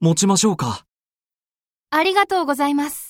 持ちましょうか。ありがとうございます。